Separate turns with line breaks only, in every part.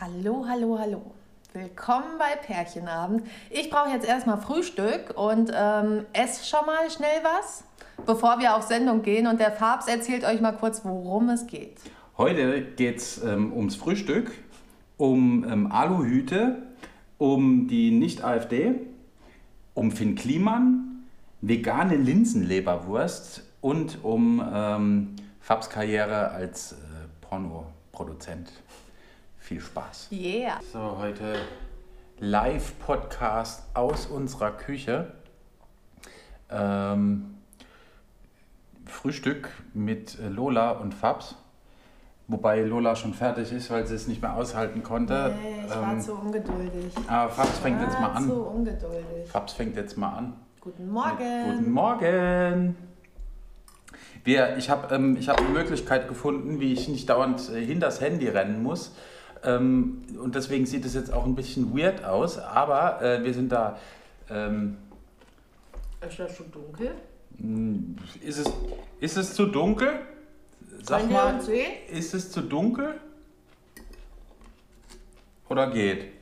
Hallo, hallo, hallo. Willkommen bei Pärchenabend. Ich brauche jetzt erstmal Frühstück und ähm, esse schon mal schnell was, bevor wir auf Sendung gehen. Und der Fabs erzählt euch mal kurz, worum es geht.
Heute geht es ähm, ums Frühstück, um ähm, Aluhüte, um die Nicht-AfD, um Finn Kliman, vegane Linsenleberwurst und um ähm, Fabs Karriere als äh, Pornoproduzent. Viel Spaß.
Yeah.
So, heute Live-Podcast aus unserer Küche. Ähm, Frühstück mit äh, Lola und Fabs. Wobei Lola schon fertig ist, weil sie es nicht mehr aushalten konnte.
Nee, ich war
Ähm,
zu ungeduldig.
aber Fabs fängt jetzt mal
War zu
an.
ungeduldig.
Fabs fängt jetzt mal an.
Guten Morgen.
Guten Morgen. Wir, ich habe ähm, ich hab eine Möglichkeit gefunden, wie ich nicht dauernd äh, hinters Handy rennen muss. Ähm, und deswegen sieht es jetzt auch ein bisschen weird aus, aber äh, wir sind da. Ähm,
Ist das schon dunkel?
ist, es, ist es zu dunkel? Sag
Könnt ihr
mal,
uns sehen?
ist es zu dunkel? Oder geht?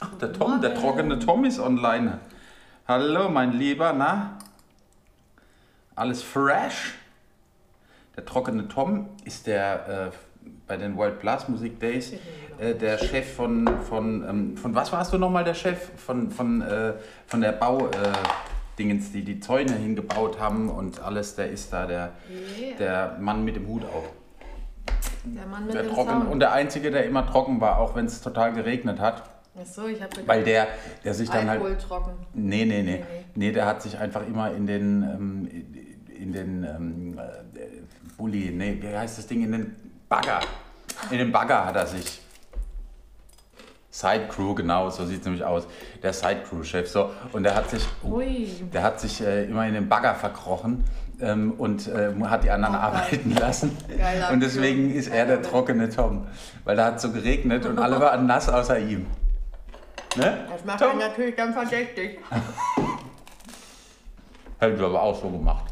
Ach, der Tom, der trockene Tom ist online. Hallo, mein Lieber, na? Alles fresh? Der trockene Tom ist der äh, bei den World Blast Music Days äh, der Chef von, von, ähm, von was warst du nochmal der Chef? Von, von, äh, von der Bau äh, Dingens, die die Zäune hingebaut haben und alles, der ist da der, der Mann mit dem Hut auch.
Der Mann mit
Der
dem
trocken, und
Sound.
der einzige, der immer trocken war, auch wenn es total geregnet hat.
Achso, ich habe
Weil der, der sich dann halt.
Alkohol trocken.
Nee, nee, nee.
Nee,
Nee, der hat sich einfach immer in den, ähm, in den ähm, äh, Bulli, nee, wie heißt das Ding? In den Bagger. In den Bagger hat er sich. Side Crew, genau, so sieht es nämlich aus. Der Side Crew-Chef. So. Und der hat sich.
Ui.
Der hat sich äh, immer in den Bagger verkrochen ähm, und äh, hat die anderen arbeiten lassen.
Geile Aktion.
Und deswegen ist er der trockene Tom. Weil da hat so geregnet und alle waren nass außer ihm. Ne?
Das macht
Tom?
einen natürlich dann verdächtig.
Hätten wir aber auch so gemacht.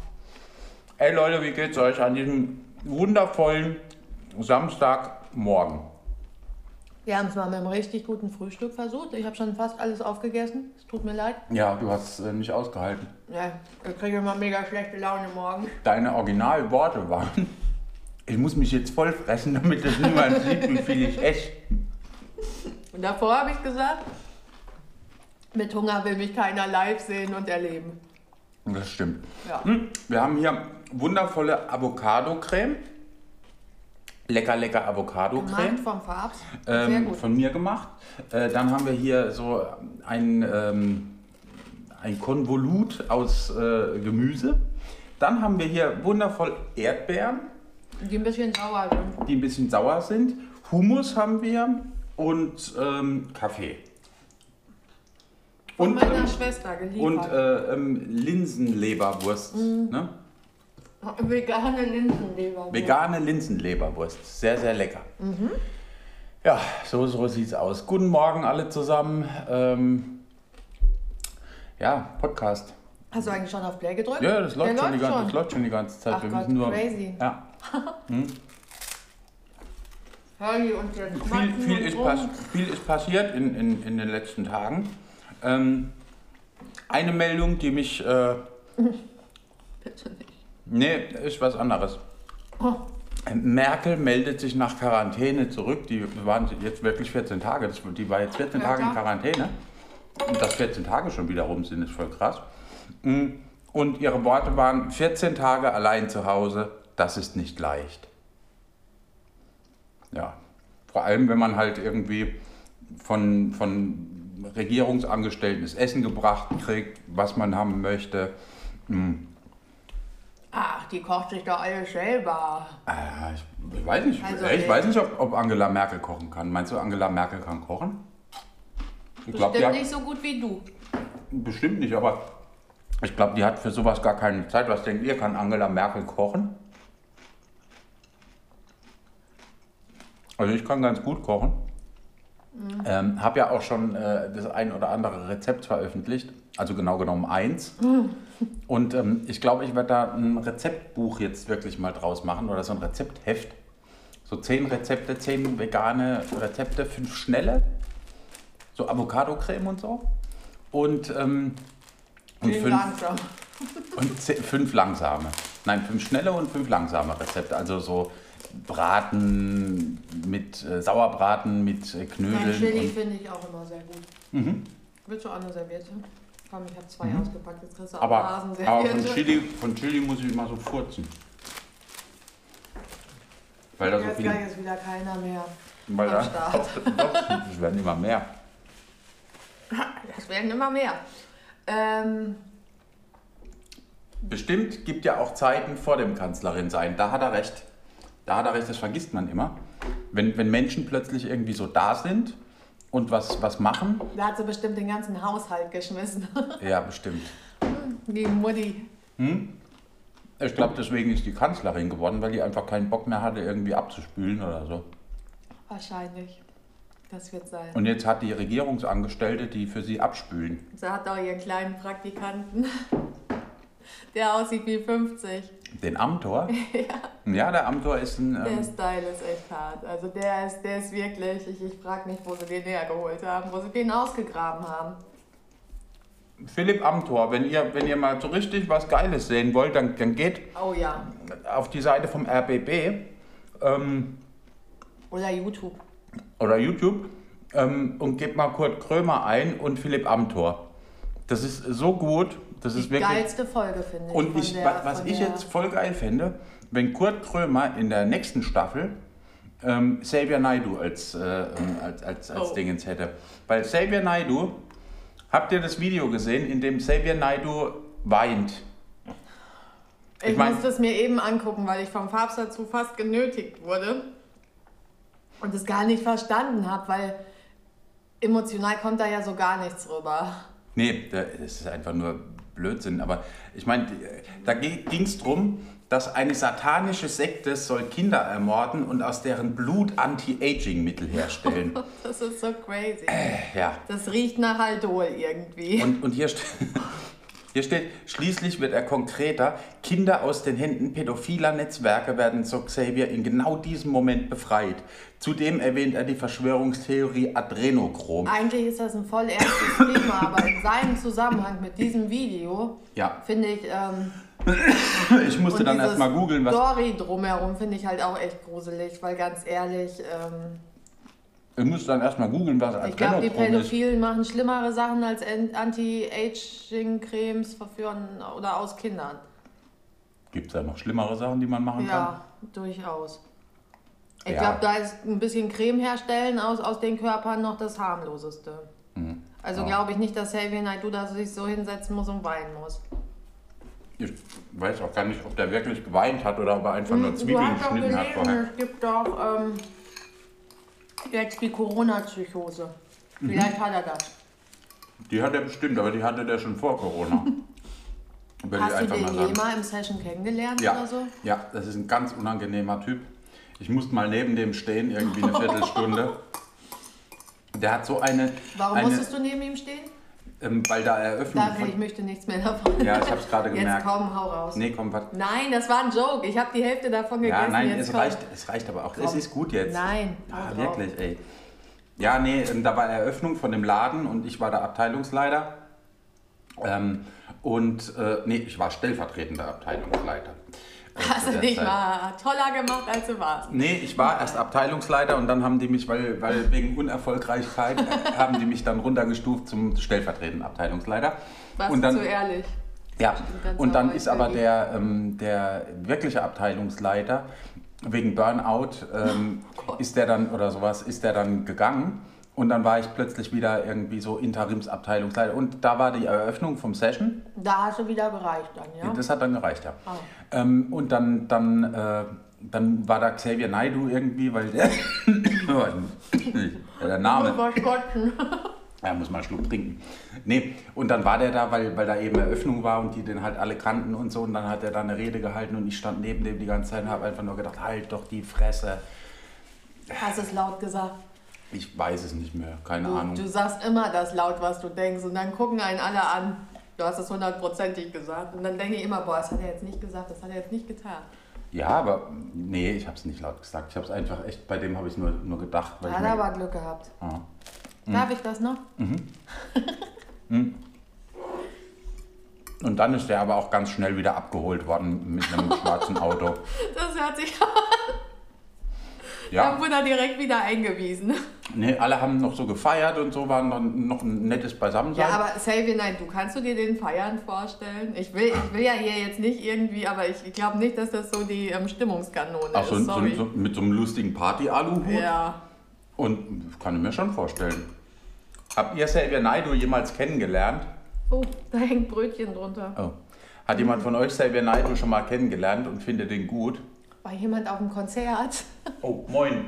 Ey Leute, wie geht's euch an diesem wundervollen Samstagmorgen?
Wir haben es mal mit einem richtig guten Frühstück versucht. Ich habe schon fast alles aufgegessen. Es tut mir leid.
Ja, du hast es äh, nicht ausgehalten.
Ja, ich kriege immer mega schlechte Laune morgen.
Deine Originalworte waren, ich muss mich jetzt voll fressen, damit das niemand sieht, wie viel ich esse.
Und davor habe ich gesagt, mit Hunger will mich keiner live sehen und erleben.
Und Das stimmt.
Ja.
Hm, Wir haben hier wundervolle Avocado-Creme. Lecker, lecker
Gemacht
Avocado-Creme.
vom Farbs. Sehr
Ähm,
gut.
von mir gemacht. Äh, dann haben wir hier so ein, ähm, ein Konvolut aus äh, Gemüse. Dann haben wir hier wundervoll Erdbeeren,
Die ein bisschen sauer sind.
die ein bisschen sauer sind. Hummus haben wir und ähm, Kaffee.
Von
Und,
meiner
ähm,
Schwester geliefert.
und äh, ähm, Linsenleberwurst.
Mhm.
Ne?
Vegane Linsenleber.
Vegane Linsenleberwurst. Sehr, sehr lecker. Ja, so, so sieht's aus. Guten Morgen alle zusammen. Ähm, ja, Podcast.
Hast du eigentlich schon auf Play gedrückt?
Ja, das läuft,
Der
schon, die ganze,
schon.
das läuft schon die ganze Zeit.
Ach Gott, crazy.
Ja,
Hör die uns jetzt
viel,
quatschen
viel,
und
ist
rum.
pass, viel ist passiert in, in, in den letzten Tagen. Ähm, eine Meldung, die mich. Äh,
Bitte nicht.
nee, ist was anderes.
Oh,
Merkel meldet sich nach Quarantäne zurück. Die waren jetzt wirklich 14 Tage. Das- Die war jetzt 14
Ja,
Tage in
klar.
Quarantäne. Und dass 14 Tage schon wieder rum sind, ist voll krass. Mm, Und ihre Worte waren, 14 Tage allein zu Hause, das ist nicht leicht. Ja, vor allem wenn man halt irgendwie von, von Regierungsangestellten das Essen gebracht kriegt, was man haben möchte.
Ach, die kocht sich doch alles selber.
Ah, Ich, ich weiß nicht,
Also,
ich
äh,
weiß nicht ob, ob Angela Merkel kochen kann. Meinst du, Angela Merkel kann kochen? Ich glaube, die
Bestimmt
hat
nicht so gut wie du.
bestimmt nicht, aber ich glaube, die hat für sowas gar keine Zeit. Was denkt ihr, kann Angela Merkel kochen? Also ich kann ganz gut kochen.
Mhm.
Ähm, habe ja auch schon äh, das ein oder andere Rezept veröffentlicht, also genau genommen eins.
Mhm.
Und ähm, ich glaube, ich werde da ein Rezeptbuch jetzt wirklich mal draus machen oder so ein Rezeptheft. So zehn Rezepte, zehn vegane Rezepte, fünf schnelle. So Avocado-Creme und so. Und, ähm, und
Vielen
fünf,
Dank, Tom.
und ze- fünf langsame. Nein, fünf schnelle und fünf langsame Rezepte. Also so Braten mit äh, Sauerbraten, mit äh,
Nein,
Knödeln.
Chili
Und,
finde ich auch immer sehr gut.
Mhm.
Willst du auch eine Serviette? Komm, ich habe zwei ausgepackt, jetzt kriegst du auch
aber,
Nasenserviette.
aber von, Chili, von Chili muss ich immer so furzen. Weil da so
Jetzt
viele
gleich ist wieder keiner mehr.
Weil
Am
da,
Start.
Doch, doch, es werden immer mehr.
Es werden immer mehr. Ähm,
Bestimmt gibt ja auch Zeiten vor dem Kanzlerin sein. Da hat er recht. Da hat er recht, das vergisst man immer. Wenn, wenn Menschen plötzlich irgendwie so da sind und was, was machen,
da hat sie bestimmt den ganzen Haushalt geschmissen.
ja, bestimmt.
Die Mutti.
Ich glaube, deswegen ist die Kanzlerin geworden, weil die einfach keinen Bock mehr hatte, irgendwie abzuspülen oder so.
Wahrscheinlich. Das wird sein.
Und jetzt hat die Regierungsangestellte, die für sie abspülen.
Sie hat auch ihren kleinen Praktikanten, der aussieht wie 50.
Den Amtor? Ja. Ja, der Amtor ist ein.
Der
Ähm,
Style ist echt hart. Also der ist, der ist wirklich, ich, ich frage mich, wo sie den hergeholt haben, wo sie den ausgegraben haben.
Philipp Amtor, wenn ihr, wenn ihr mal so richtig was Geiles sehen wollt, dann, dann geht
Oh ja.
auf die Seite vom RBB ähm,
Oder YouTube.
oder YouTube ähm, und gebt mal Kurt Krömer ein und Philipp Amthor. Das ist so gut, das ist
Die
wirklich.
geilste Folge, finde ich.
Und
von
ich,
der-
wa- was
von
ich
der-
jetzt voll geil fände, wenn Kurt Krömer in der nächsten Staffel ähm, Xavier Naidu als, äh, ähm, als, als, als
Oh.
Dingens hätte. Weil Xavier Naidu, habt ihr das Video gesehen, in dem Xavier Naidu weint?
Ich,
Ich mein-
musste es mir eben angucken, weil ich vom Farbs dazu fast genötigt wurde und es gar nicht verstanden habe, weil emotional kommt da ja so gar nichts rüber.
Nee, da- das ist einfach nur Blödsinn. Aber ich meine, die- da ging es darum, dass eine satanische Sekte soll Kinder ermorden und aus deren Blut Anti-Aging-Mittel herstellen.
Das ist so crazy.
ja.
Das riecht nach Aldol irgendwie.
Und, und hier, ste- hier steht, schließlich wird er konkreter, Kinder aus den Händen pädophiler Netzwerke werden so Xavier in genau diesem Moment befreit. Zudem erwähnt er die Verschwörungstheorie Adrenochrom.
Eigentlich ist das ein voll ernstes Thema, aber in seinem Zusammenhang mit diesem Video
Ja,
finde ich ähm,
ich musste dann
dieses
erstmal googeln, was
Story drumherum finde ich halt auch echt gruselig, weil ganz ehrlich, ähm,
ich musste dann erstmal googeln, was
ich glaube, die
Adrenochrom ist.
Pädophilen machen schlimmere Sachen als en- Anti-Aging-Cremes verführen oder aus Kindern.
Gibt es da noch schlimmere Sachen, die man machen kann?
Ja, durchaus. Ich
Ja.
glaube, da ist ein bisschen Creme herstellen aus, aus den Körpern noch das harmloseste. Also
Mhm. Ja.
glaube ich nicht, dass Xavier Naidoo da sich so hinsetzen muss und weinen muss.
Ich weiß auch gar nicht, ob der wirklich geweint hat oder ob er einfach
Hm,
nur Zwiebeln
doch
geschnitten hat vorher.
es gibt doch ähm, jetzt die Corona-Psychose.
Mhm.
Vielleicht hat er das.
Die hat er bestimmt, aber die hatte der schon vor Corona. Würde ich
Hast du
einfach mal
den
sagen.
jemals im Session kennengelernt
Ja.
oder so?
ja, das ist ein ganz unangenehmer Typ. Ich musste mal neben dem stehen, irgendwie eine Viertelstunde. Der hat so eine.
Warum
eine
musstest du neben ihm stehen?
ähm, weil da Eröffnung.
Danke, ich möchte nichts mehr davon.
ja, ich hab's gerade
Jetzt
gemerkt.
komm, hau raus.
Nee, komm, was.
Nein, das war ein Joke. Ich habe die Hälfte davon gegessen.
Ja, nein,
jetzt
es
komm.
reicht, es reicht aber auch. Es ist gut jetzt.
Nein.
Ah,
hau drauf.
wirklich, ey. Ja, nee, ähm, da war Eröffnung von dem Laden und ich war der Abteilungsleiter. Ähm, und, äh, nee, ich war stellvertretender Abteilungsleiter. Äh,
Hast
zu
du
der
dich
Zeit.
mal toller gemacht, als du warst.
Nee, ich war erst Abteilungsleiter und dann haben die mich, weil, weil wegen Unerfolgreichkeit, äh, haben die mich dann runtergestuft zum stellvertretenden Abteilungsleiter.
Warst
und dann,
du zu ehrlich?
ja,
ganz
und dann
sauer
ist
in
aber
Berlin.
der, ähm, der wirkliche Abteilungsleiter wegen Burnout, ähm,
Oh
ist der dann oder sowas, ist der dann gegangen. Und dann war ich plötzlich wieder irgendwie so Interimsabteilungsleiter. Und da war die Eröffnung vom Session.
Da hast du wieder gereicht dann, ja?
Ja, Das hat dann gereicht, ja.
Ah.
Ähm, und dann, dann, äh, dann war da Xavier Naidu irgendwie, weil der, ja, der Name.
Oh Gott.
Ja, muss mal einen Schluck trinken. Nee, und dann war der da, weil, weil da eben Eröffnung war und die den halt alle kannten und so. Und dann hat er da eine Rede gehalten und ich stand neben dem die ganze Zeit und habe einfach nur gedacht, halt doch die Fresse.
Hast es laut gesagt.
Ich weiß es nicht mehr, keine
Du,
Ahnung.
du sagst immer das laut, was du denkst und dann gucken einen alle an. Du hast es hundertprozentig gesagt. Und dann denke ich immer, boah, das hat er jetzt nicht gesagt, das hat er jetzt nicht getan.
Ja, aber nee, ich habe es nicht laut gesagt. Ich habe es einfach echt, bei dem habe ich nur, nur gedacht. Weil
Hat
ich mir-
aber Glück gehabt.
Ah.
Darf ich das noch?
Und dann ist der aber auch ganz schnell wieder abgeholt worden mit einem schwarzen Auto.
Das hat sich
Ja,
Dann wurde er direkt wieder eingewiesen.
nee, alle haben noch so gefeiert und so, waren dann noch ein nettes Beisammensein.
Ja, aber Xavier, nein, du kannst du dir den Feiern vorstellen? Ich will, ich will ja hier jetzt nicht irgendwie, aber ich glaube nicht, dass das so die ähm, Stimmungskanone
Ach, so,
ist.
so,
Sorry.
so, mit so einem lustigen Party-Aluhut.
ja.
Und kann ich mir schon vorstellen. Habt ihr Xavier Naidoo jemals kennengelernt?
Oh, da hängt Brötchen drunter.
Oh. Hat jemand von euch Xavier Naidoo schon mal kennengelernt und findet den gut?
War jemand auf dem Konzert?
Oh, moin.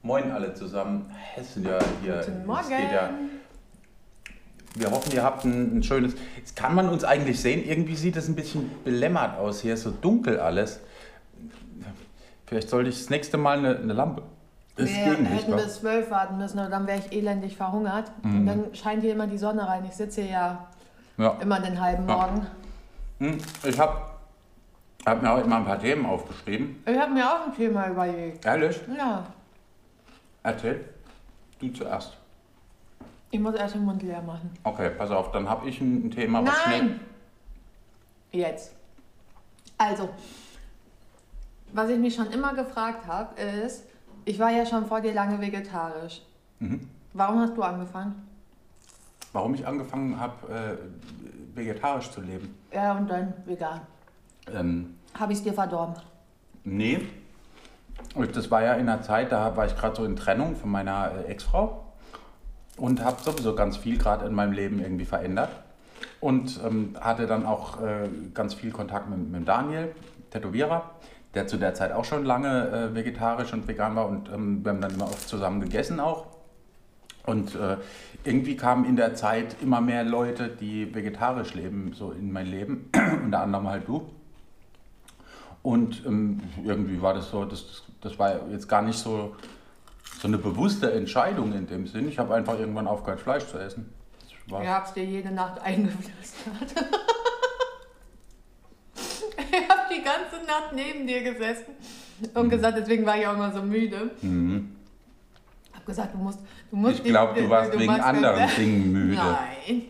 Moin alle zusammen. Es sind ja
Guten
hier. Äh, es geht
Morgen.
Ja, wir hoffen, ihr habt ein, ein schönes. Jetzt kann man uns eigentlich sehen. Irgendwie sieht es ein bisschen belämmert aus. Hier ist so dunkel alles. Vielleicht sollte ich das nächste Mal eine, eine Lampe. Das
Wir hätten
wa? Mhm.
bis zwölf warten müssen und dann wäre ich elendig verhungert. Und dann scheint hier immer die Sonne rein. Ich sitze hier ja
ja.
immer den halben
Ja.
Morgen.
Hm, Ich habe hab mir heute mal ein paar Themen aufgeschrieben.
Ich habe mir auch ein Thema überlegt.
Ehrlich?
Ja,
Erzähl. Du zuerst.
ich muss erst den Mund leer machen.
Okay, pass auf, dann habe ich ein ein Thema, Ah, was schnell.
Nein! Jetzt.
Also, was ich mich schon immer gefragt habe, ist, ich war ja schon vor dir lange vegetarisch.
Mhm.
Warum hast du angefangen?
Warum ich angefangen habe, äh, vegetarisch zu leben.
Ja, und dann vegan.
Ähm,
Habe ich es dir verdorben.
nee. Und das war ja in einer Zeit, da war ich gerade so in Trennung von meiner äh, Ex-Frau und habe sowieso ganz viel gerade in meinem Leben irgendwie verändert. Und ähm, hatte dann auch äh, ganz viel Kontakt mit, mit Daniel, Tätowierer, der zu der Zeit auch schon lange äh, vegetarisch und vegan war. Und ähm, wir haben dann immer oft zusammen gegessen auch. Und äh, irgendwie kamen in der Zeit immer mehr Leute, die vegetarisch leben, so in mein Leben. Unter anderem halt du. Und ähm, irgendwie war das so, das, das war jetzt gar nicht so, so eine bewusste Entscheidung in dem Sinn. Ich habe einfach irgendwann aufgehört, Fleisch zu essen. Das war,
Ich hab's dir jede Nacht eingeflüstert. ich hab die ganze Nacht neben dir gesessen
Mhm.
und gesagt, deswegen war ich auch immer so müde. Hab gesagt, du musst, du musst.
ich glaube, du warst wegen
magst kein
anderen
Fleisch-
Dingen müde.
Nein.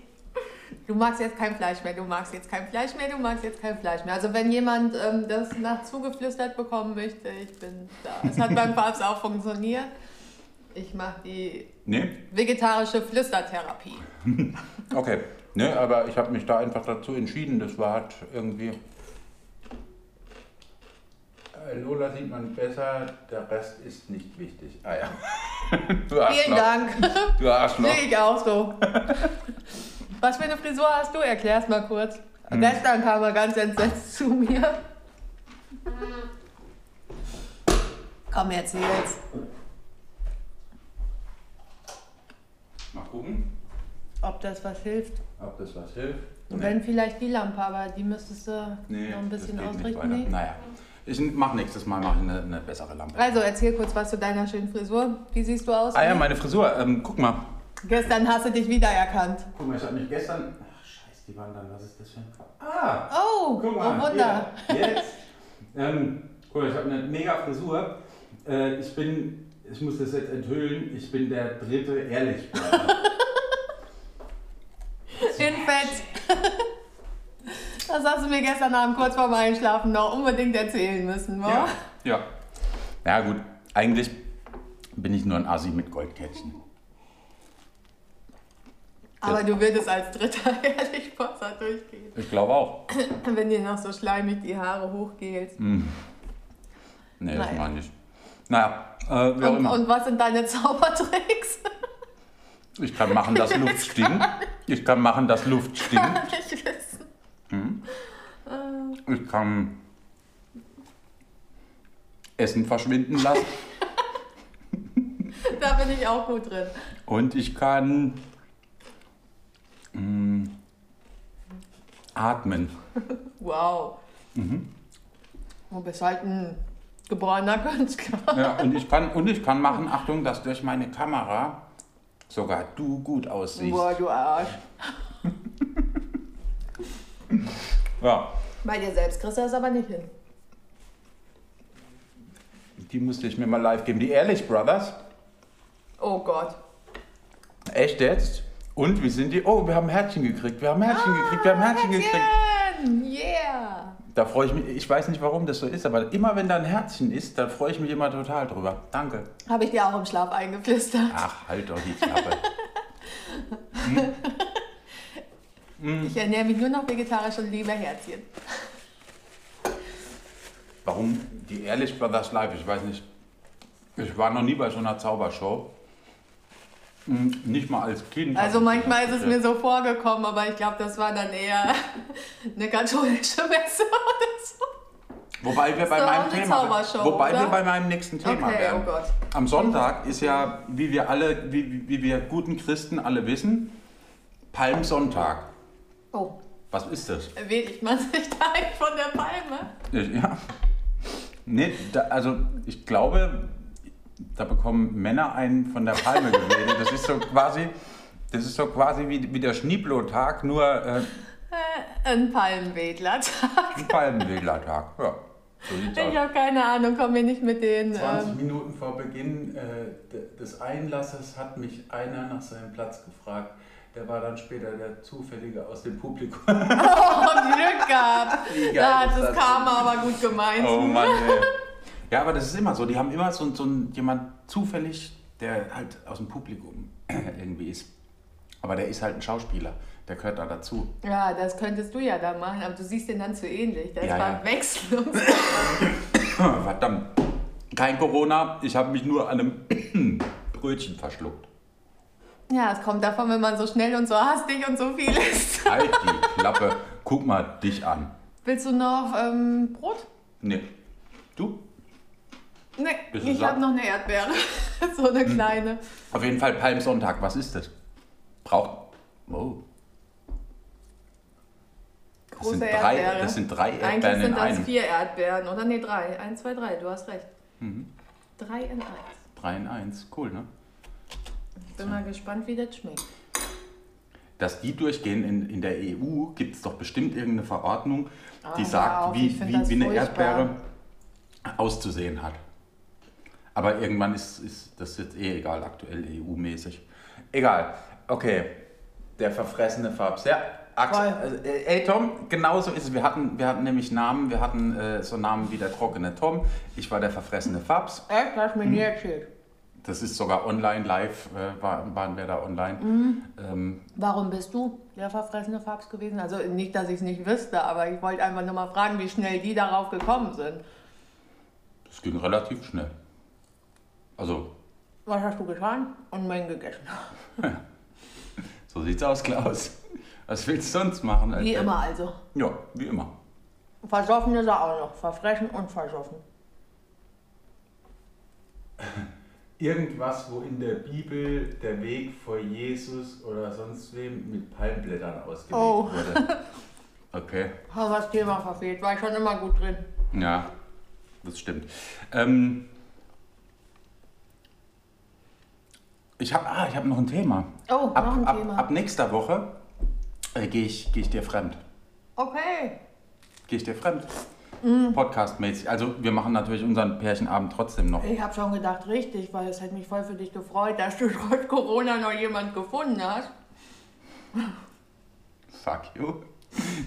Du magst jetzt kein Fleisch mehr, du magst jetzt kein Fleisch mehr, du magst jetzt kein Fleisch mehr. Also wenn jemand ähm, das nach zugeflüstert bekommen möchte, ich bin da. Es hat beim Papst auch funktioniert. Ich mache die
Nee?
vegetarische Flüstertherapie.
Okay. Nee, aber ich habe mich da einfach dazu entschieden. Das war halt irgendwie. Äh, Lola sieht man besser, der Rest ist nicht wichtig. Ah ja. Du
Vielen
Arschloch.
Dank.
Du Arschloch.
Sehe ich auch so. Was für eine Frisur hast du? Erklär's mal kurz. Gestern kam er ganz entsetzt zu mir.
Komm, jetzt jetzt.
Mal gucken,
Ob das was hilft.
ob das was hilft.
Wenn vielleicht die Lampe, aber die müsstest du
Nee,
noch ein bisschen
das geht nicht
ausrichten.
weiter.
Nee.
Naja, ich mache nächstes Mal mach ich eine, eine bessere Lampe.
Also erzähl kurz was zu deiner schönen Frisur. Wie siehst du aus?
Ah ja, meine Frisur, ähm, guck mal.
Gestern hast du dich wiedererkannt.
Guck mal, ich habe mich gestern... Ach, scheiße, die waren dann, was ist das für ein... Ah,
Oh,
guck mal.
oh Wunder.
hier, jetzt. ähm, cool, ich habe eine mega Frisur. Äh, ich bin, ich muss das jetzt enthüllen, ich bin der dritte ehrlich.
In Fett. Das hast du mir gestern Abend kurz vorm Einschlafen noch unbedingt erzählen müssen, wa?
ja. ja. Ja gut, eigentlich bin ich nur ein Assi mit Goldkettchen.
Aber du würdest als Dritter ehrlich Wasser durchgehen.
Ich glaube auch.
Wenn dir noch so schleimig die Haare hochgeht.
Mhm. Nee, das
Naja.
meine ich. Naja, äh, wie auch
Und,
immer.
und was sind deine Zaubertricks?
Ich kann machen, dass Luft stinkt. Ich kann machen, dass Luft stinkt.
Kann ich wissen.
Hm?
Äh,
Ich kann Essen verschwinden lassen.
Da bin ich auch gut drin.
Und ich kann mm, atmen.
Wow.
Mhm.
Du bist halt ein geborener Künstler.
Ja, und, ich kann, und ich kann machen, Achtung, dass durch meine Kamera sogar du gut aussiehst.
Boah, du Arsch.
Ja.
Bei dir selbst kriegst du das aber nicht hin.
Die musste ich mir mal live geben. Die Ehrlich Brothers.
Oh Gott.
Echt jetzt? Und wie sind die? Oh, wir haben ein Herzchen gekriegt. Wir haben ein
Ah,
Herzchen gekriegt. Wir haben ein Herzchen gekriegt.
Jen, Yeah.
Da freue ich mich. Ich weiß nicht, warum das so ist, aber immer wenn da ein Herzchen ist, da freue ich mich immer total drüber. Danke.
Habe ich dir auch im Schlaf eingeflüstert.
Ach, halt doch die Klappe. Mhm.
Ich ernähre mich nur noch vegetarisch und liebe Herzchen.
Warum die Ehrlich Brothers Live? Ich weiß nicht. Ich war noch nie bei so einer Zaubershow. Hm, Nicht mal als Kind.
Also manchmal ist es mir so vorgekommen, aber ich glaube, das war dann eher eine katholische Messe oder so.
Wobei wir bei
doch
meinem
eine
Thema,
Zaubershow,
wobei wir
oder?
bei meinem nächsten Thema
Okay,
wären.
oh Gott.
Am Sonntag ist ja, wie wir alle, wie, wie- wie wir guten Christen alle wissen, Palmsonntag.
Oh,
Was ist das?
wenig man sich da ein von der Palme.
Ich- Äh, Ja. Nee, da, also ich glaube, da bekommen Männer einen von der Palme gewählt. Das ist so quasi, das ist so quasi wie, wie der Schneeblow-Tag, nur äh,
Äh, Ein Palmwedler.
ein Palmenwedler-Tag. Ja, so sieht's
Ich
aus.
habe keine Ahnung, komm mir nicht mit den. Ähm,
Minuten vor Beginn äh, des Einlasses hat mich einer nach seinem Platz gefragt. Der war dann später der Zufällige aus dem Publikum.
Glück gehabt. Oh, Da
Ah,
hat das Karma aber gut gemeint.
Oh Mann, ey. Ja, aber das ist immer so. Die haben immer so, so einen- jemand zufällig, der halt aus dem Publikum irgendwie ist. Aber der ist halt ein Schauspieler. Der gehört da dazu.
Ja, das könntest du ja da machen, aber du siehst den dann zu ähnlich. Das
Ja,
war
ja.
Wechslung.
Verdammt. Kein Corona. Ich habe mich nur an einem Brötchen verschluckt.
Ja, es kommt davon, wenn man so schnell und so hastig und so viel isst.
Halt die Klappe. Guck mal dich an.
Willst du noch ähm, Brot?
Nee. Du?
Nee,
Bist du
ich
satt?
habe noch eine Erdbeere. so eine
Hm.
kleine.
Auf jeden Fall Palmsonntag. Was ist das? Braucht. Oh. Das
Große
sind drei,
Erdbeere.
das sind drei Erdbeeren
Eigentlich
in
sind das
einem.
vier Erdbeeren, oder? Nee, drei. Eins, zwei, drei, du hast recht.
Mhm.
Drei in eins.
Drei in eins. Cool, ne?
Bin mal gespannt, wie das schmeckt.
dass die durchgehen in, in der EU, gibt es doch bestimmt irgendeine Verordnung, die
hör
sagt,
auf, Ah, ich
wie,
find
wie,
das
wie eine
furchtbar.
Erdbeere auszusehen hat. Aber irgendwann ist, ist das jetzt eh egal, aktuell EU-mäßig. Egal. Okay. Der verfressene Farbs. Ja. Ax
Voll.
also, äh, ey Tom, genauso ist es. Wir hatten, wir hatten nämlich Namen, wir hatten äh, so Namen wie der trockene Tom. Ich war der verfressene Fabs.
Echt? Das
Hm.
mir nie erzählt.
Das ist sogar online live, äh, waren, waren wir da online.
Mhm.
Ähm,
Warum bist du der verfressene Fabs gewesen? Also nicht, dass ich es nicht wüsste, aber ich wollte einfach nur mal fragen, wie schnell die darauf gekommen sind.
das ging relativ schnell. Also
Was hast du getan? Und mein gegessen.
So sieht's aus, Klaus. Was willst du sonst machen? Alter?
Wie immer also.
Ja, wie immer.
Versoffen ist er auch noch. Verfressen und versoffen.
irgendwas, wo in der Bibel der Weg vor Jesus oder sonst wem mit Palmblättern ausgelegt
Oh.
wurde.
Okay.
Habe das Thema verfehlt. War ich schon immer gut drin.
Ja, das stimmt. Ähm, ich habe ah, ich hab noch ein Thema.
Oh,
Ab,
noch ein
ab,
Thema.
ab nächster Woche äh, gehe ich, geh ich dir fremd.
Okay.
Gehe ich dir fremd. Podcastmäßig. Also wir machen natürlich unseren Pärchenabend trotzdem noch.
Ich habe schon gedacht, richtig, weil es hätte mich voll für dich gefreut, dass du trotz Corona noch jemand gefunden hast.
Fuck you.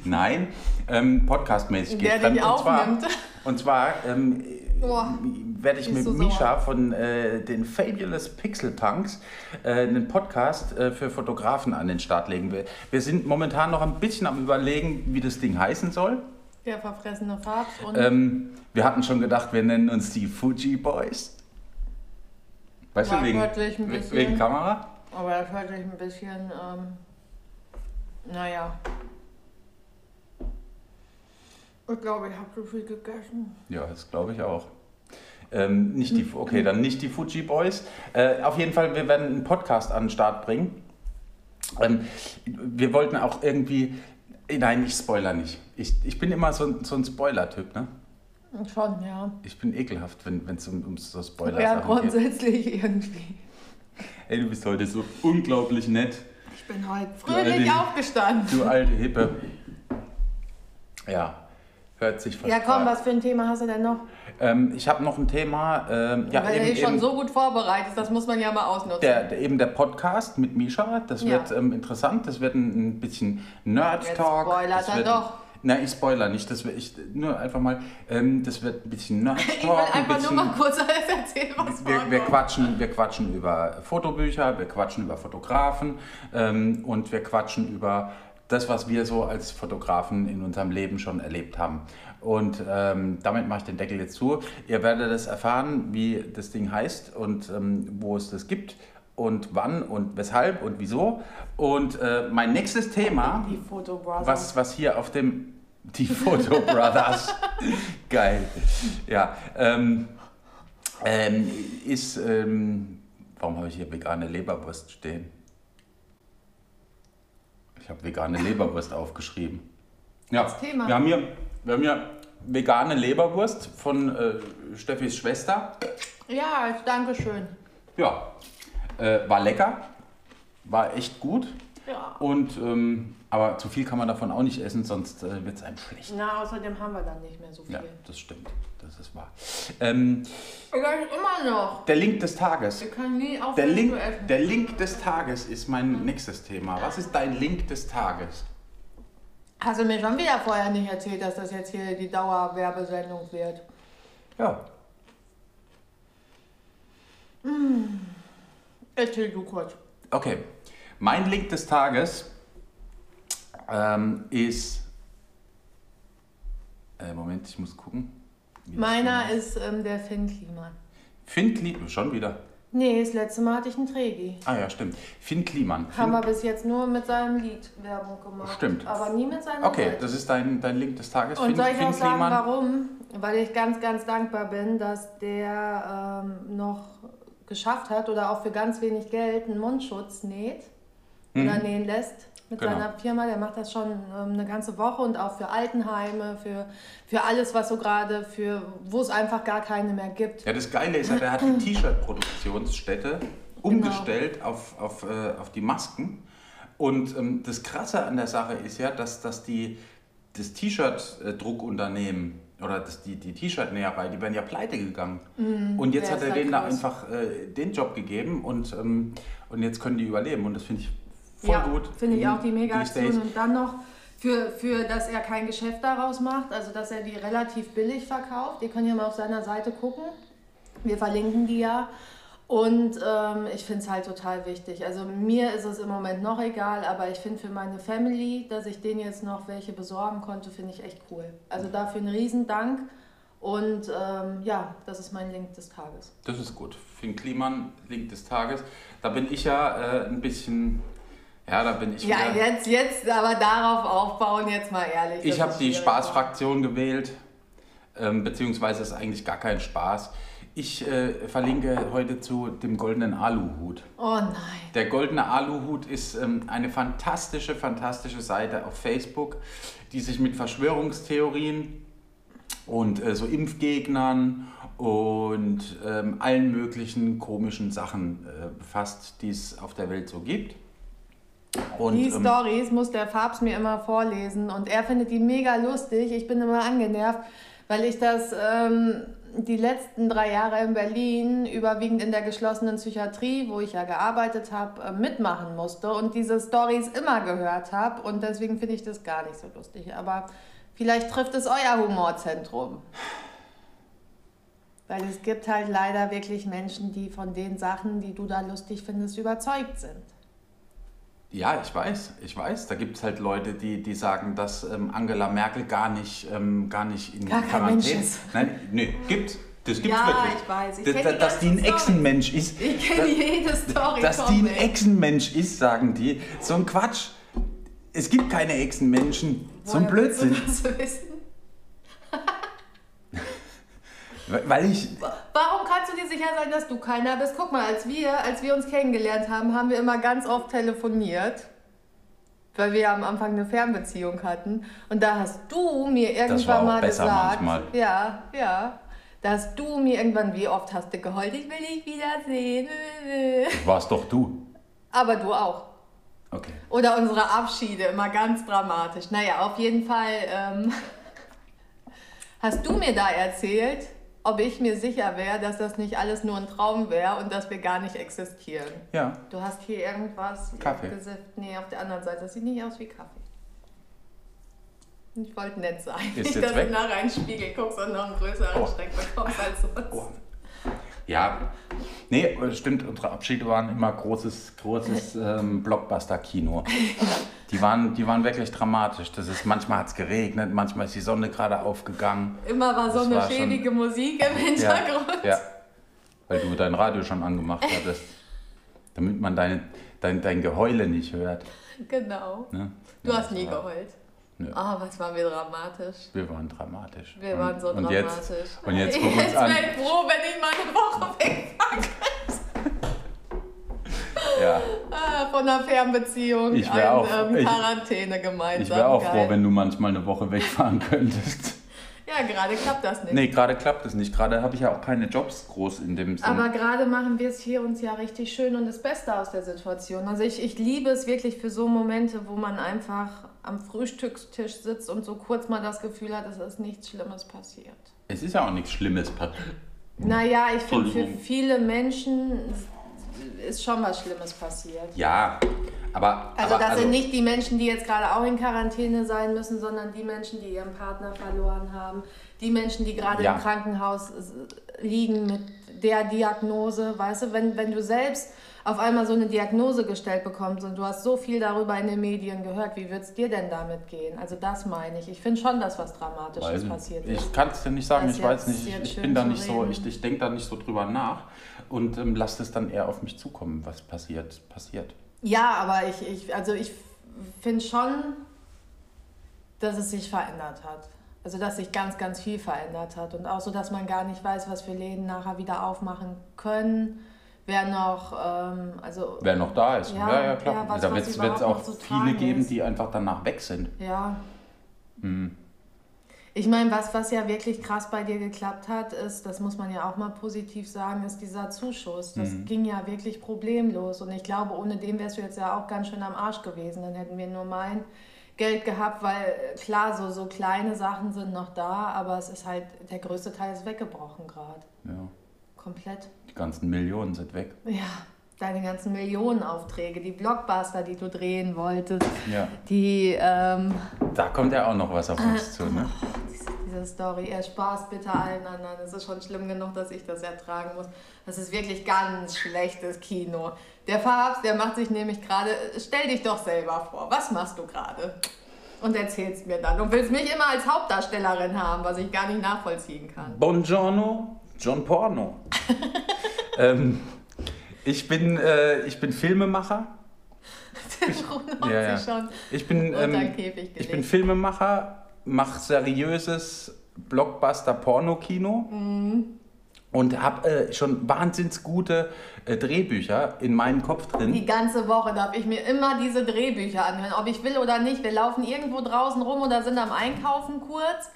Nein, ähm, podcastmäßig
Der
geht's fremd.
dich
Und zwar-
aufnimmt.
Und zwar ähm,
Boah,
werde ich
die
mit
ist so
Misha von äh, den Fabulous Pixel Punks äh, einen Podcast äh, für Fotografen an den Start legen. Wir, wir sind momentan noch ein bisschen am Überlegen, wie das Ding heißen soll.
Der verfressene Fabs und
Ähm, wir hatten schon gedacht, wir nennen uns die Fuji Boys. Weißt
Ja,
du, wegen,
wirklich ein
we-
bisschen.
wegen Kamera?
Aber das hört sich ein bisschen, ähm, naja. Ich glaube, ich habe zu viel gegessen.
Ja, das glaube ich auch. Ähm, nicht die, okay, dann nicht die Fuji Boys. Äh, auf jeden Fall, wir werden einen Podcast an den Start bringen. Ähm, wir wollten auch irgendwie. äh, Nein, ich spoiler nicht. Ich, ich bin immer so, ein- so ein Spoiler-Typ, ne?
Schon, ja.
Ich bin ekelhaft, wenn es um, um so spoiler
Ja,
geht.
grundsätzlich irgendwie.
Ey, du bist heute so unglaublich nett,
Ich bin heute
alte-
fröhlich aufgestanden.
du alte Hippe. Ja. Hört sich
Ja, komm,
vertragen.
was für ein Thema hast du denn noch?
Ähm, ich habe noch ein Thema. Ähm, ja,
Weil
eben,
er ist schon
eben
so gut vorbereitet, das muss man ja mal ausnutzen.
der, der, eben der Podcast mit Misha. Das
Ja.
wird ähm, interessant. Das wird ein, ein bisschen
Jetzt
Nerd-Talk.
spoilert
Das
er
wird-
doch.
Nein, ich spoiler nicht. Das wird ich nur einfach mal. Ähm, das wird ein bisschen
ich will
Nerd-Talk. ein
einfach nur
bisschen.
mal kurz alles erzählen, was
wir, wir,
vorkommt.
quatschen, wir quatschen über Fotobücher, wir quatschen über Fotografen ähm, und wir quatschen über das, was wir so als Fotografen in unserem Leben schon erlebt haben. Und ähm, damit mache ich den Deckel jetzt zu. Ihr werdet es erfahren, wie das Ding heißt und ähm, wo es das gibt und wann und weshalb und wieso. Und äh, mein nächstes Thema,
Die Fotobrothers.
was, was hier auf dem... Die Photo Brothers. Geil. Ja. Ähm, ähm, ist, ähm, warum habe ich hier vegane Leberwurst stehen? Ich habe vegane Leberwurst aufgeschrieben. Ja,
Das Thema.
Wir, haben hier, wir haben hier vegane Leberwurst von äh, Steffis Schwester.
Ja, danke schön.
Ja, äh, war lecker, war echt gut.
Ja.
Und, ähm, aber zu viel kann man davon auch nicht essen, sonst äh, wird es einem schlecht.
Na, außerdem haben wir dann nicht mehr so viel.
Ja, das stimmt. Das ist wahr. Ähm,
Vielleicht immer noch.
der Link des Tages.
Wir können nie aufhören
Der Link,
zu essen.
der Link des Tages ist
Mhm.
mein nächstes Thema. Was ist dein Link des Tages?
Hast du mir schon wieder vorher nicht erzählt, dass das jetzt hier die Dauerwerbesendung wird?
Ja.
Erzähl du kurz.
Okay. Mein Link des Tages ähm, ist. Äh, Moment, ich muss gucken. wie das
Meiner
Thema
ist ähm, der Finn Kliman.
Finn Kliman. Schon wieder.
Nee, das letzte Mal hatte ich einen Trägi.
Ah ja, stimmt. Finn Kliman.
Haben
Finn,
wir bis jetzt nur mit seinem Lied Werbung gemacht.
Stimmt.
Aber nie mit seinem
okay,
Seite.
das ist dein, dein Link des Tages.
Und
Finn,
soll ich
Finn
auch sagen,
Kliman.
warum? Weil ich ganz, ganz dankbar bin, dass der ähm, noch geschafft hat oder auch für ganz wenig Geld einen Mundschutz näht oder nähen lässt mit
Mhm. Genau.
seiner Firma. Der macht das schon ähm, eine ganze Woche und auch für Altenheime, für, für alles, was so gerade, für wo es einfach gar keine mehr gibt.
Ja, das Geile ist ja, der hat die T-Shirt-Produktionsstätte
Genau.
umgestellt auf, auf, äh, auf die Masken. Und ähm, das Krasse an der Sache ist ja, dass, dass die, das T-Shirt-Druckunternehmen oder das, die, die T-Shirt-Näherei, die wären ja pleite gegangen. und jetzt
wer
hat
Mhm. ist
er
da
denen da
krass?
einfach äh, den Job gegeben und, ähm, und jetzt können die überleben. Und das finde ich voll
ja,
gut.
Finde ich
in
auch die
these days.
Mega-Aktion. Und dann noch für, für, dass er kein Geschäft daraus macht, also dass er die relativ billig verkauft. Ihr könnt ja mal auf seiner Seite gucken. Wir verlinken die ja. Und ähm, ich finde es halt total wichtig. Also mir ist es im Moment noch egal, aber ich finde für meine Family, dass ich denen jetzt noch welche besorgen konnte, finde ich echt cool. Also dafür einen riesen Dank. Und ähm, ja, das ist mein Link des Tages.
Das ist gut. Finn Kliman, Link des Tages. Da bin ich ja äh, ein bisschen. Ja, da bin ich
Ja,
wieder-
jetzt, jetzt, aber darauf aufbauen, jetzt mal ehrlich.
Ich
das
habe
ist
die
schwierig.
Spaßfraktion gewählt, ähm, beziehungsweise ist eigentlich gar kein Spaß. Ich äh, verlinke heute zu dem goldenen Aluhut.
Oh nein.
Der goldene Aluhut ist ähm, eine fantastische, fantastische Seite auf Facebook, die sich mit Verschwörungstheorien und äh, so Impfgegnern und ähm, allen möglichen komischen Sachen äh, befasst, die es auf der Welt so gibt. Und,
Die
ähm,
Stories muss der Fabs mir immer vorlesen und er findet die mega lustig. Ich bin immer angenervt, weil ich das ähm, die letzten drei Jahre in Berlin, überwiegend in der geschlossenen Psychiatrie, wo ich ja gearbeitet habe, äh, mitmachen musste und diese Stories immer gehört habe. Und deswegen finde ich das gar nicht so lustig. Aber vielleicht trifft es euer Humorzentrum. Weil es gibt halt leider wirklich Menschen, die von den Sachen, die du da lustig findest, überzeugt sind.
Ja, ich weiß, ich weiß. Da gibt es halt Leute, die, die sagen, dass ähm, Angela Merkel gar nicht, ähm, gar nicht in
Gar kein
Quarantäne
Mensch ist.
Nein, nee, gibt's. Das gibt's
Ja,
wirklich.
ich weiß. Ich
dass,
kenn die
dass die
ganzen
ein Echsenmensch ist.
Ich kenne jede Story.
Dass die ein
komplett.
Echsenmensch ist, sagen die. So ein Quatsch. Es gibt keine Echsenmenschen. So ein
Woher willst du
Blödsinn.
das wissen?
Weil ich.
Warum kannst du dir sicher sein, dass du keiner bist? Guck mal, als wir, als wir uns kennengelernt haben, haben wir immer ganz oft telefoniert. Weil wir am Anfang eine Fernbeziehung hatten. Und da hast du mir irgendwann
war auch
mal
besser
gesagt.
manchmal.
Ja, ja. Da hast du mir irgendwann, wie oft hast du geheult, ich will dich wiedersehen.
War's doch du.
Aber du auch.
Okay.
Oder unsere Abschiede, immer ganz dramatisch. Naja, auf jeden Fall ähm, hast du mir da erzählt, ob ich mir sicher wäre, dass das nicht alles nur ein Traum wäre und dass wir gar nicht existieren.
Ja.
Du hast hier irgendwas
Kaffee.
gesifft. Nee, auf der anderen Seite. Das sieht nicht aus wie Kaffee. Ich wollte nett sein.
Ist
Nicht,
jetzt
dass
weg?
du nachher einen Spiegel guckst und noch einen größeren
Oh.
Schreck bekommst als sonst.
Oh. Ja. Nee, äh, stimmt, unsere Abschiede waren immer großes, großes ähm, Blockbuster-Kino. Die waren, die waren wirklich dramatisch. Das ist, manchmal hat es geregnet, manchmal ist die Sonne gerade aufgegangen.
Immer war so
Das
eine
war schon-
schäbige Musik im Hintergrund.
Ja. Weil du dein Radio schon angemacht hattest. Damit man deine, dein, dein Geheule nicht hört.
Genau.
Ne?
Du
Ja,
hast
das
nie
war-
geheult.
Nö.
Ah, was waren wir dramatisch.
Wir waren dramatisch.
Wir
Und-
waren so
und
dramatisch.
Jetzt, und jetzt guck uns
jetzt
an.
wäre ich froh, wenn ich mal eine Woche weg
Ja,
war Ah, von einer Fernbeziehung
Ich wär
und
auch- ich-
ähm, Quarantäne gemeinsam.
ich wäre auch froh, wenn du manchmal eine Woche wegfahren könntest.
Ja, gerade klappt das nicht.
Nee, gerade klappt es nicht. Gerade habe ich ja auch keine Jobs groß in dem Sinne.
Aber gerade machen wir es hier uns ja richtig schön und das Beste aus der Situation. Also ich, ich liebe es wirklich für so Momente, wo man einfach am Frühstückstisch sitzt und so kurz mal das Gefühl hat, es ist nichts Schlimmes passiert.
es ist ja auch nichts Schlimmes. Pat-
Naja, ich finde, für
Entschuldigung.
viele Menschen ist schon was Schlimmes passiert.
Ja, aber.
Also
aber,
das sind nicht die Menschen, die jetzt gerade auch in Quarantäne sein müssen, sondern die Menschen, die ihren Partner verloren haben, die Menschen, die gerade
Ja.
im Krankenhaus äh, liegen mit der Diagnose. Weißt du, wenn, wenn du selbst auf einmal so eine Diagnose gestellt bekommst und du hast so viel darüber in den Medien gehört, wie wird es dir denn damit gehen? Also das meine ich. Ich finde schon, dass was Dramatisches
Weiß
passiert
nicht.
ist.
Ich kann es dir nicht sagen,
Das
ich weiß
jetzt-
nicht.
jetzt
Ich, ich
schön
bin da
zu
nicht so,
reden.
ich, ich denke da nicht so drüber nach und ähm, lasse es dann eher auf mich zukommen, was passiert, passiert.
Ja, aber ich, ich, also ich finde schon, dass es sich verändert hat. Also dass sich ganz, ganz viel verändert hat. Und auch so, dass man gar nicht weiß, was für Läden nachher wieder aufmachen können. Wer noch, ähm, also
Wer noch da ist. Ja,
Ja,
ja, klar.
ja, was-
da
was
wird es
überhaupt
auch
noch zu
viele
tragen
geben,
ist.
die einfach danach weg sind.
ja. Ich meine, was, was ja wirklich krass bei dir geklappt hat, ist, das muss man ja auch mal positiv sagen, ist dieser Zuschuss. Das ging ja wirklich problemlos. Und ich glaube, ohne den wärst du jetzt ja auch ganz schön am Arsch gewesen. Dann hätten wir nur mein Geld gehabt, weil äh, klar, so, so kleine Sachen sind noch da, aber es ist halt, der größte Teil ist weggebrochen gerade.
Ja.
Komplett.
Die ganzen Millionen sind weg.
Ja, deine ganzen Millionenaufträge, die Blockbuster, die du drehen wolltest,
Ja.
die ähm,
Da kommt ja auch noch was auf uns zu, ne?
Diese Story, er spaßt bitte allen anderen. Es ist schon schlimm genug, dass ich das ertragen muss. Das ist wirklich ganz schlechtes Kino. Der Farbs, der macht sich nämlich gerade, stell dich doch selber vor, was machst du gerade? Und erzählst mir dann und willst mich immer als Hauptdarstellerin haben, was ich gar nicht nachvollziehen kann.
Buongiorno, John Porno. ähm, ich, bin, äh, ich bin Filmemacher.
Der Bruno hat
Ja, ja.
sich schon
Ich bin,
unter den
ähm,
Käfig gelegt.
ich bin Filmemacher, mache seriöses Blockbuster-Porno-Kino
Mhm.
und habe äh, schon wahnsinnig gute äh, Drehbücher in meinem Kopf drin.
die ganze Woche darf ich mir immer diese Drehbücher anhören, ob ich will oder nicht. Wir laufen irgendwo draußen rum oder sind am Einkaufen kurz.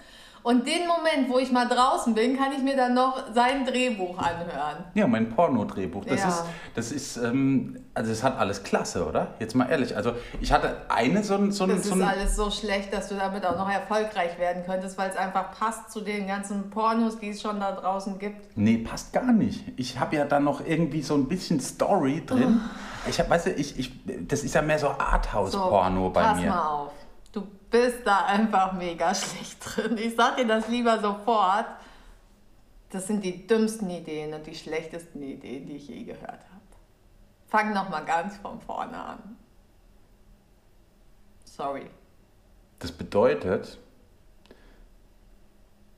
Und den Moment, wo ich mal draußen bin, kann ich mir dann noch sein Drehbuch anhören.
Ja, mein Porno-Drehbuch. Das
Ja.
ist, das ist, ähm, also es hat alles klasse, oder? Jetzt mal ehrlich. Also ich hatte eine so ein, so ein,
Das
so
ist
ein
alles so schlecht, dass du damit auch noch erfolgreich werden könntest, weil es einfach passt zu den ganzen Pornos, die es schon da draußen gibt.
nee, passt gar nicht. Ich habe ja da noch irgendwie so ein bisschen Story drin.
Ah.
Ich habe, weißt du, ich, ich, das ist ja mehr so Arthouse-Porno bei
pass
mir.
mal auf. Du bist da einfach mega schlecht drin. Ich sag dir das lieber sofort. Das sind die dümmsten Ideen und die schlechtesten Ideen, die ich je gehört habe. Fang noch mal ganz von vorne an. Sorry.
Das bedeutet,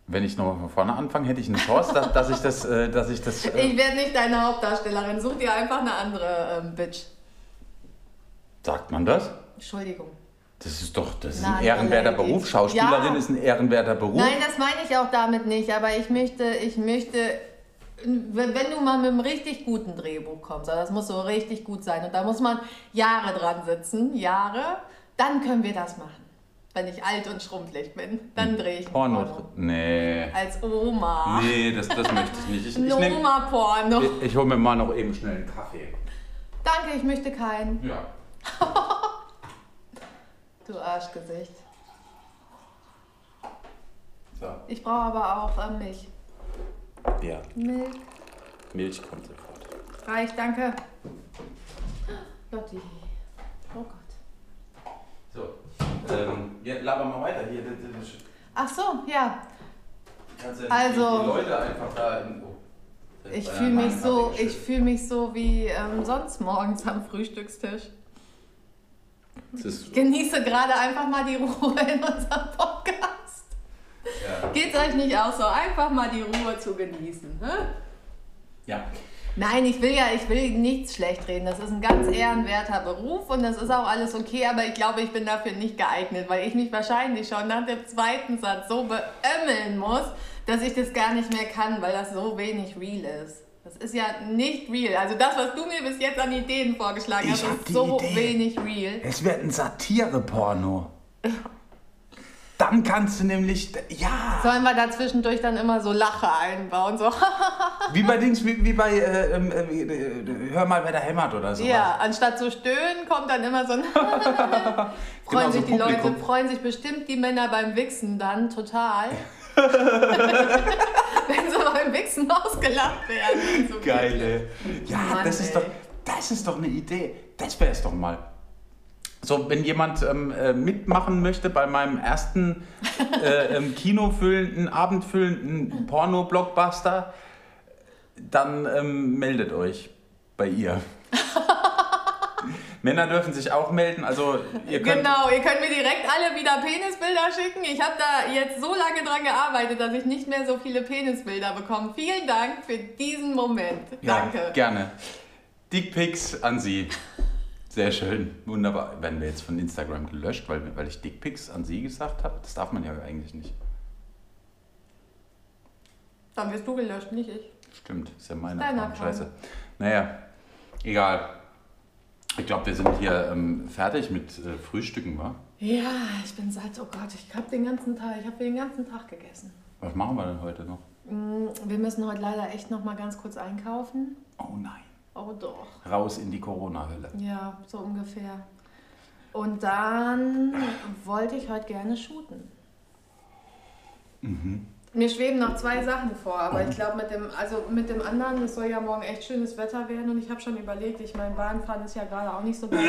wenn ich nochmal von vorne anfange, hätte ich eine Chance, dass, dass ich das, äh, dass ich das. Äh,
Ich werde nicht deine Hauptdarstellerin. Such dir einfach eine andere ähm, Bitch.
sagt man das?
Entschuldigung.
Das ist doch, das ist
Na,
ein ehrenwerter
Lady.
Beruf. Schauspielerin
Ja.
ist ein ehrenwerter Beruf.
Nein, das meine ich auch damit nicht, aber ich möchte, ich möchte, wenn wenn du mal mit einem richtig guten Drehbuch kommst, also das muss so richtig gut sein und da muss man Jahre dran sitzen, Jahre, dann können wir das machen. Wenn ich alt und schrumpelig bin, dann drehe ich ein
Hm. Porno.
Porno.
Nee.
Als Oma.
Nee, das, das möchte ich nicht. Ich, ich,
Ein
nehm-
Oma-Porno.
ich, ich hole mir mal noch eben schnell einen Kaffee.
Danke, ich möchte keinen.
Ja.
Du Arschgesicht.
klar.
Ich brauche aber auch äh, Milch.
Ja,
Milch.
Milch kommt sofort.
Reicht, danke. Lotti. Oh Gott.
So, ähm, ja, laber mal weiter hier. Das, das,
Ach so, ja.
kannst ja
Also-
die Leute einfach da in, oh,
Ich
Bei
fühle
der
mich so,
Magen-
ich fühle mich so wie ähm, sonst morgens am Frühstückstisch.
Das ist,
Ich genieße gerade einfach mal die Ruhe in unserem Podcast.
ja.
Geht's euch nicht auch so? Einfach mal die Ruhe zu genießen. ne? Hä?
ja.
Nein, ich will ja, ich will nichts schlecht reden. Das ist ein ganz ehrenwerter Beruf und das ist auch alles okay, aber ich glaube, ich bin dafür nicht geeignet, weil ich mich wahrscheinlich schon nach dem zweiten Satz so beömmeln muss, dass ich das gar nicht mehr kann, weil das so wenig real ist. Das ist ja nicht real. Also das, was du mir bis jetzt an Ideen vorgeschlagen
Ich
hast,
hab
ist
die
so
Idee.
wenig real.
Es wird ein Satire-Porno. Dann kannst du nämlich, ja,
Sollen wir da zwischendurch dann immer so Lache einbauen? So,
wie bei Dings, wie, wie bei, äh, ähm, äh, äh, hör mal, wer da hämmert oder sowas.
ja, anstatt zu stöhnen, kommt dann immer so ein
Genau,
Freuen
Genau, so
sich die
Publikum.
Leute, freuen sich bestimmt die Männer beim Wichsen dann total. Wenn sie beim Wichsen ausgelacht werden. So
Geil,
wirklich.
ey. Ja,
Mann,
das ist
ey.
doch, das ist doch eine Idee. Das wäre es doch mal. So, wenn jemand ähm, äh, mitmachen möchte bei meinem ersten äh, ähm, kinofüllenden, abendfüllenden Porno-Blockbuster, dann ähm, meldet euch bei ihr. Männer dürfen sich auch melden, also ihr könnt...
Genau, ihr könnt mir direkt alle wieder Penisbilder schicken. Ich habe da jetzt so lange dran gearbeitet, dass ich nicht mehr so viele Penisbilder bekomme. Vielen Dank für diesen Moment.
Ja,
Danke.
gerne. Dickpics an Sie. Sehr schön, wunderbar. Werden wir jetzt von Instagram gelöscht, weil, weil ich Dickpics an Sie gesagt habe? Das darf man ja eigentlich nicht.
Dann wirst du gelöscht, nicht ich.
Stimmt, ist ja meine
Ist deiner
Account. Scheiße. Naja, egal. Ich glaube, wir sind hier ähm, fertig mit äh, Frühstücken, wa?
Ja, ich bin satt. Oh Gott, ich habe den ganzen Tag, ich habe den ganzen Tag gegessen.
Was machen wir denn heute noch?
Mm, Wir müssen heute leider echt noch mal ganz kurz einkaufen.
Oh nein.
Oh doch.
Raus in die Corona-Hölle.
Ja, so ungefähr. Und dann wollte ich heute gerne shooten. Mir schweben noch zwei Sachen vor, aber ich glaube mit dem, also mit dem anderen, es soll ja morgen echt schönes Wetter werden und ich habe schon überlegt, ich meine, Bahnfahren ist ja gerade auch nicht so gut.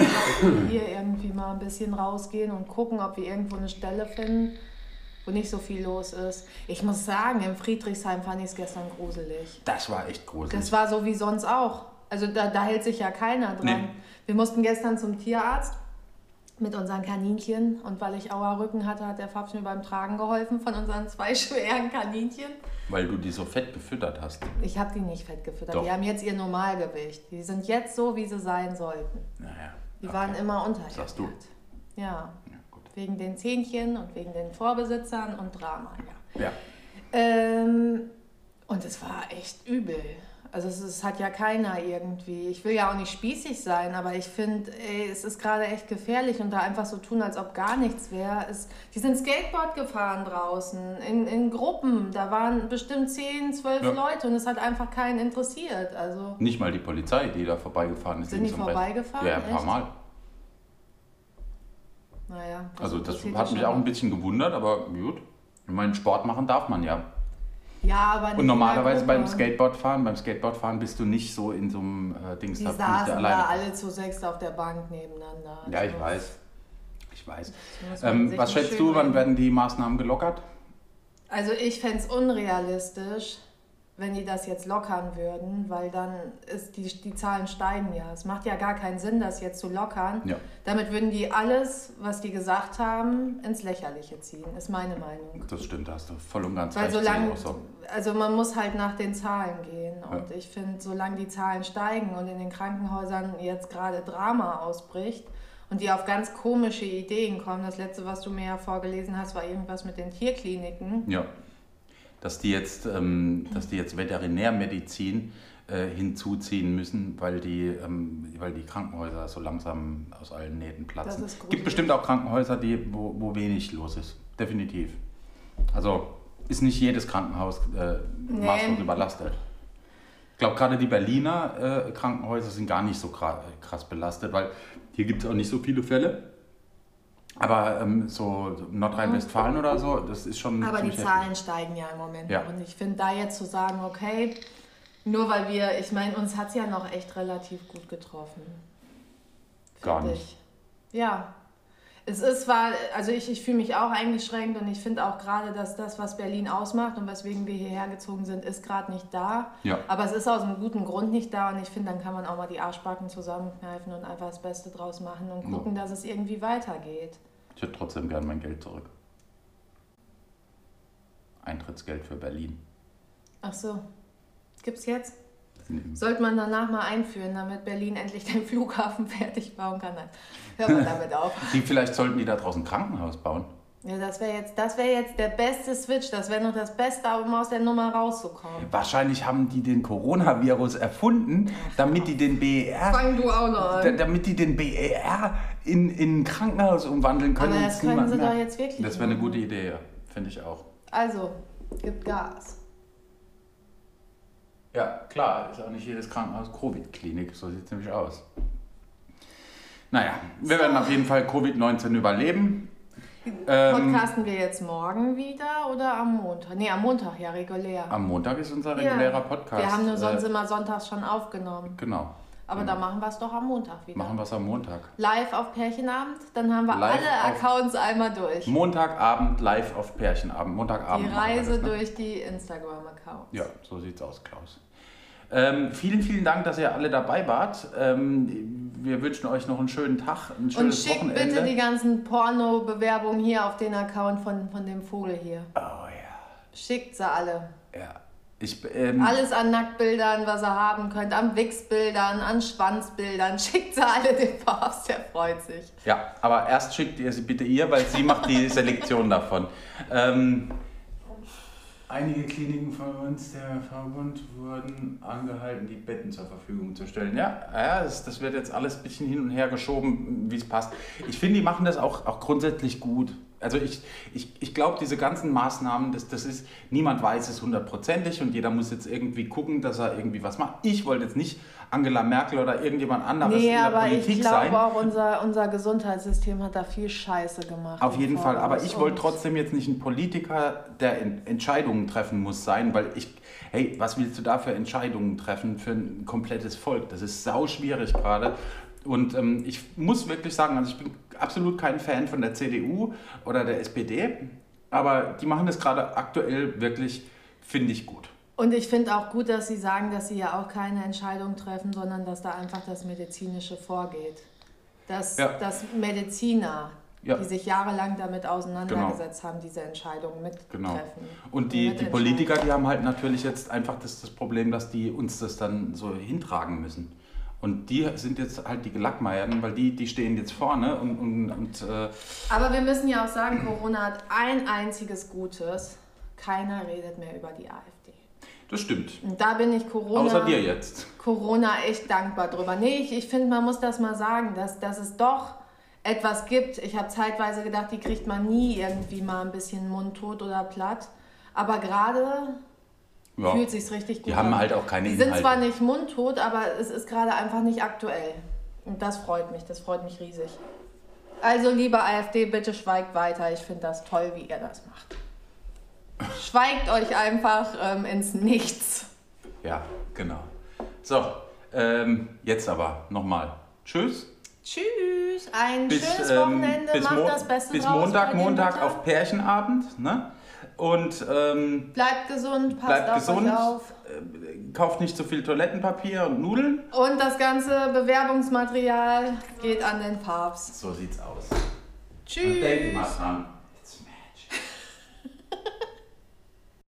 Hier irgendwie mal ein bisschen rausgehen und gucken, ob wir irgendwo eine Stelle finden, wo nicht so viel los ist. Ich muss sagen, in Friedrichshain fand ich es gestern gruselig.
Das war echt gruselig.
Das war so wie sonst auch. Also da, da hält sich ja keiner dran.
Nee.
Wir mussten gestern zum Tierarzt mit unseren Kaninchen und weil ich Auerrücken hatte, hat der Fabs mir beim Tragen geholfen von unseren zwei schweren Kaninchen.
Weil du die so fett befüttert hast.
Ich habe die nicht fett gefüttert.
Doch.
Die haben jetzt ihr Normalgewicht. Die sind jetzt so, wie sie sein sollten.
Naja.
Die
okay.
waren immer unterernährt.
Sagst du.
Ja,
Ja, gut.
wegen den Zähnchen und wegen den Vorbesitzern und Drama, ja.
Ja.
Ähm, und es war echt übel. Also es, es hat ja keiner irgendwie. Ich will ja auch nicht spießig sein, aber ich finde, ey, es ist gerade echt gefährlich und da einfach so tun, als ob gar nichts wäre. Es- Die sind Skateboard gefahren draußen, in, in Gruppen. Da waren bestimmt 10, 12
Ja.
Leute und es hat einfach keinen interessiert. Also
Nicht mal die Polizei, die da vorbeigefahren ist.
Sind die
links und rechts.
vorbeigefahren?
Ja, ein paar
Echt?
Mal.
naja.
Also das
interessiert
hat
ja
mich
schon.
auch ein bisschen gewundert, aber gut. Ich meine, Sport machen darf man ja.
Ja, aber nicht
Und
in der
normalerweise beim
Gruppe.
Skateboardfahren, beim Skateboardfahren bist du nicht so in so einem äh, Dings.
Die
da bin ich da
saßen da
alleine.
alle zu sechs auf der Bank nebeneinander.
Ja,
Also,
ich weiß. Ich weiß.
das muss man
Ähm,
sich
was
nicht
schätzt
schön
du, wann
reden.
werden die Maßnahmen gelockert?
Also ich fände es unrealistisch, wenn die das jetzt lockern würden, weil dann ist die, die Zahlen steigen ja. Es macht ja gar keinen Sinn, das jetzt zu lockern.
Ja.
Damit würden die alles, was die gesagt haben, ins Lächerliche ziehen, ist meine Meinung.
Das stimmt, da hast du voll und ganz
Weil
recht. sehe ich
solange,
auch so.
also man muss halt nach den Zahlen gehen.
Ja.
Und ich finde, solange die Zahlen steigen und in den Krankenhäusern jetzt gerade Drama ausbricht und die auf ganz komische Ideen kommen, das letzte, was du mir ja vorgelesen hast, war irgendwas mit den Tierkliniken.
Ja. Dass die jetzt, ähm, dass die jetzt Veterinärmedizin äh, hinzuziehen müssen, weil die, ähm, weil die Krankenhäuser so langsam aus allen Nähten platzen.
Das ist gruselig.
Gibt bestimmt auch Krankenhäuser, die, wo, wo wenig los ist. Definitiv. Also ist nicht jedes Krankenhaus äh,
Nee.
maßlos überlastet. Ich glaube, gerade die Berliner äh, Krankenhäuser sind gar nicht so gra- krass belastet, weil hier gibt es auch nicht so viele Fälle. Aber ähm, so Nordrhein-Westfalen oder so, das ist schon.
Mhm. Aber die
ziemlich heftig.
Zahlen steigen ja im Moment.
Ja.
Und ich finde da jetzt zu sagen, okay, nur weil wir, ich meine, uns hat es ja noch echt relativ gut getroffen. Find
Gar
ich.
nicht.
Ja. Es ist zwar, also ich, ich fühle mich auch eingeschränkt und ich finde auch gerade, dass das, was Berlin ausmacht und weswegen wir hierher gezogen sind, ist gerade nicht da.
Ja.
Aber es ist aus einem guten Grund nicht da und ich finde, dann kann man auch mal die Arschbacken zusammenkneifen und einfach das Beste draus machen und gucken, dass es irgendwie weitergeht.
Ich hätte trotzdem gern mein Geld zurück. Eintrittsgeld für Berlin.
Ach so. Gibt's jetzt?
Nehmen.
Sollte man danach mal einführen, damit Berlin endlich den Flughafen fertig bauen kann. Nein, hör mal damit auf.
Die, vielleicht sollten die da draußen ein Krankenhaus bauen.
Ja, das wäre jetzt, das wär jetzt der beste Switch. Das wäre noch das Beste, um aus der Nummer rauszukommen.
Wahrscheinlich haben die den Coronavirus erfunden, damit die den BER,
Fang du auch noch
da-
an.
damit die den BER in, in ein Krankenhaus umwandeln können.
Aber
und
das
es
können
niemand
sie doch
merkt.
jetzt wirklich
Das ne- wäre eine
machen.
gute Idee, ja. finde ich auch.
Also, gib Gas.
Ja, klar, ist auch nicht jedes Krankenhaus Covid-Klinik, so sieht es nämlich aus. Naja, wir werden auf jeden Fall Covid-19 überleben. Ähm,
Podcasten wir jetzt morgen wieder oder am Montag? Nee, am Montag ja regulär.
am Montag ist unser regulärer Podcast.
Wir haben nur sonst
Äh,
immer sonntags schon aufgenommen.
genau,
Aber da machen wir es doch am Montag wieder.
machen wir es am Montag.
Live auf Pärchenabend, dann haben wir
Live
alle
auf-
Accounts einmal durch.
Montagabend live auf Pärchenabend. Montagabend.
Die
machen wir
Reise
das, ne?
durch die Instagram-Accounts.
Ja, so sieht's aus, Klaus. Ähm, vielen, vielen Dank, dass ihr alle dabei wart. Ähm, wir wünschen euch noch einen schönen Tag, ein
Und
schönes
schickt
Wochenende.
bitte die ganzen Porno-Bewerbungen hier auf den Account von, von dem Vogel hier.
oh ja.
Schickt sie alle.
ja. Ich, ähm,
Alles an Nacktbildern, was ihr haben könnt, an Wichsbildern, an Schwanzbildern. Schickt sie alle dem Papst, der freut sich.
Ja, aber erst schickt ihr sie bitte ihr, weil sie macht die Selektion davon. Ähm,
Einige Kliniken von uns, der Verbund, wurden angehalten, die Betten zur Verfügung zu stellen.
ja, ja das, das wird jetzt alles ein bisschen hin und her geschoben, wie es passt. Ich finde, die machen das auch, auch grundsätzlich gut. Also ich, ich, ich glaube, diese ganzen Maßnahmen, das, das ist, niemand weiß es hundertprozentig und jeder muss jetzt irgendwie gucken, dass er irgendwie was macht. Ich wollte jetzt nicht Angela Merkel oder irgendjemand anderes in
Nee,
der
aber ich
Politik sein.
glaube auch, unser, unser Gesundheitssystem hat da viel Scheiße gemacht.
Auf jeden Fall, aber
Voraus.
ich wollte
Und-
trotzdem jetzt nicht ein Politiker, der en- Entscheidungen treffen muss, sein, weil ich, hey, was willst du da für Entscheidungen treffen für ein komplettes Volk? Das ist sau schwierig gerade. Und ähm, ich muss wirklich sagen, also ich bin absolut kein Fan von der CDU oder der SPD, aber die machen das gerade aktuell wirklich, finde ich gut.
Und ich finde auch gut, dass Sie sagen, dass Sie ja auch keine Entscheidung treffen, sondern dass da einfach das Medizinische vorgeht. Dass,
Ja.
dass Mediziner,
Ja.
die sich jahrelang damit auseinandergesetzt haben, diese Entscheidungen mittreffen.
Genau. Und die, die
mitentscheiden.
Politiker, die haben halt natürlich jetzt einfach das, das Problem, dass die uns das dann so hintragen müssen. Und die sind jetzt halt die Gelackmeierten, weil die, die stehen jetzt vorne und, und, und äh,
Aber wir müssen ja auch sagen, Corona hat ein einziges Gutes. Keiner redet mehr über die AfD.
das stimmt.
Und da bin ich Corona.
Außer dir jetzt.
Corona echt dankbar drüber. Nee, ich, ich finde, man muss das mal sagen, dass, dass es doch etwas gibt. Ich habe zeitweise gedacht, die kriegt man nie irgendwie mal ein bisschen mundtot oder platt. Aber gerade
Ja.
fühlt sich's richtig gut
Die haben
an.
halt auch keine
Die sind
Inhalte.
zwar nicht mundtot, aber es ist gerade einfach nicht aktuell. Und das freut mich, das freut mich riesig. Also, liebe AfD, bitte schweigt weiter. Ich finde das toll, wie ihr das macht. Schweigt euch einfach ähm, ins Nichts.
Ja, genau. So, ähm, jetzt aber nochmal. Tschüss.
Tschüss, ein schönes
ähm,
Wochenende,
bis
macht
Mo-
das Beste
Bis
draus
Montag,
bei dem
Montag
Wetter.
auf Pärchenabend. Ne? Und ähm,
Bleibt gesund, passt
bleibt
auf
gesund.
euch auf.
Äh, kauft nicht zu viel Toilettenpapier und Nudeln.
Und das ganze Bewerbungsmaterial geht an den Papst.
So sieht's aus.
Tschüss.
Denkt mal dran.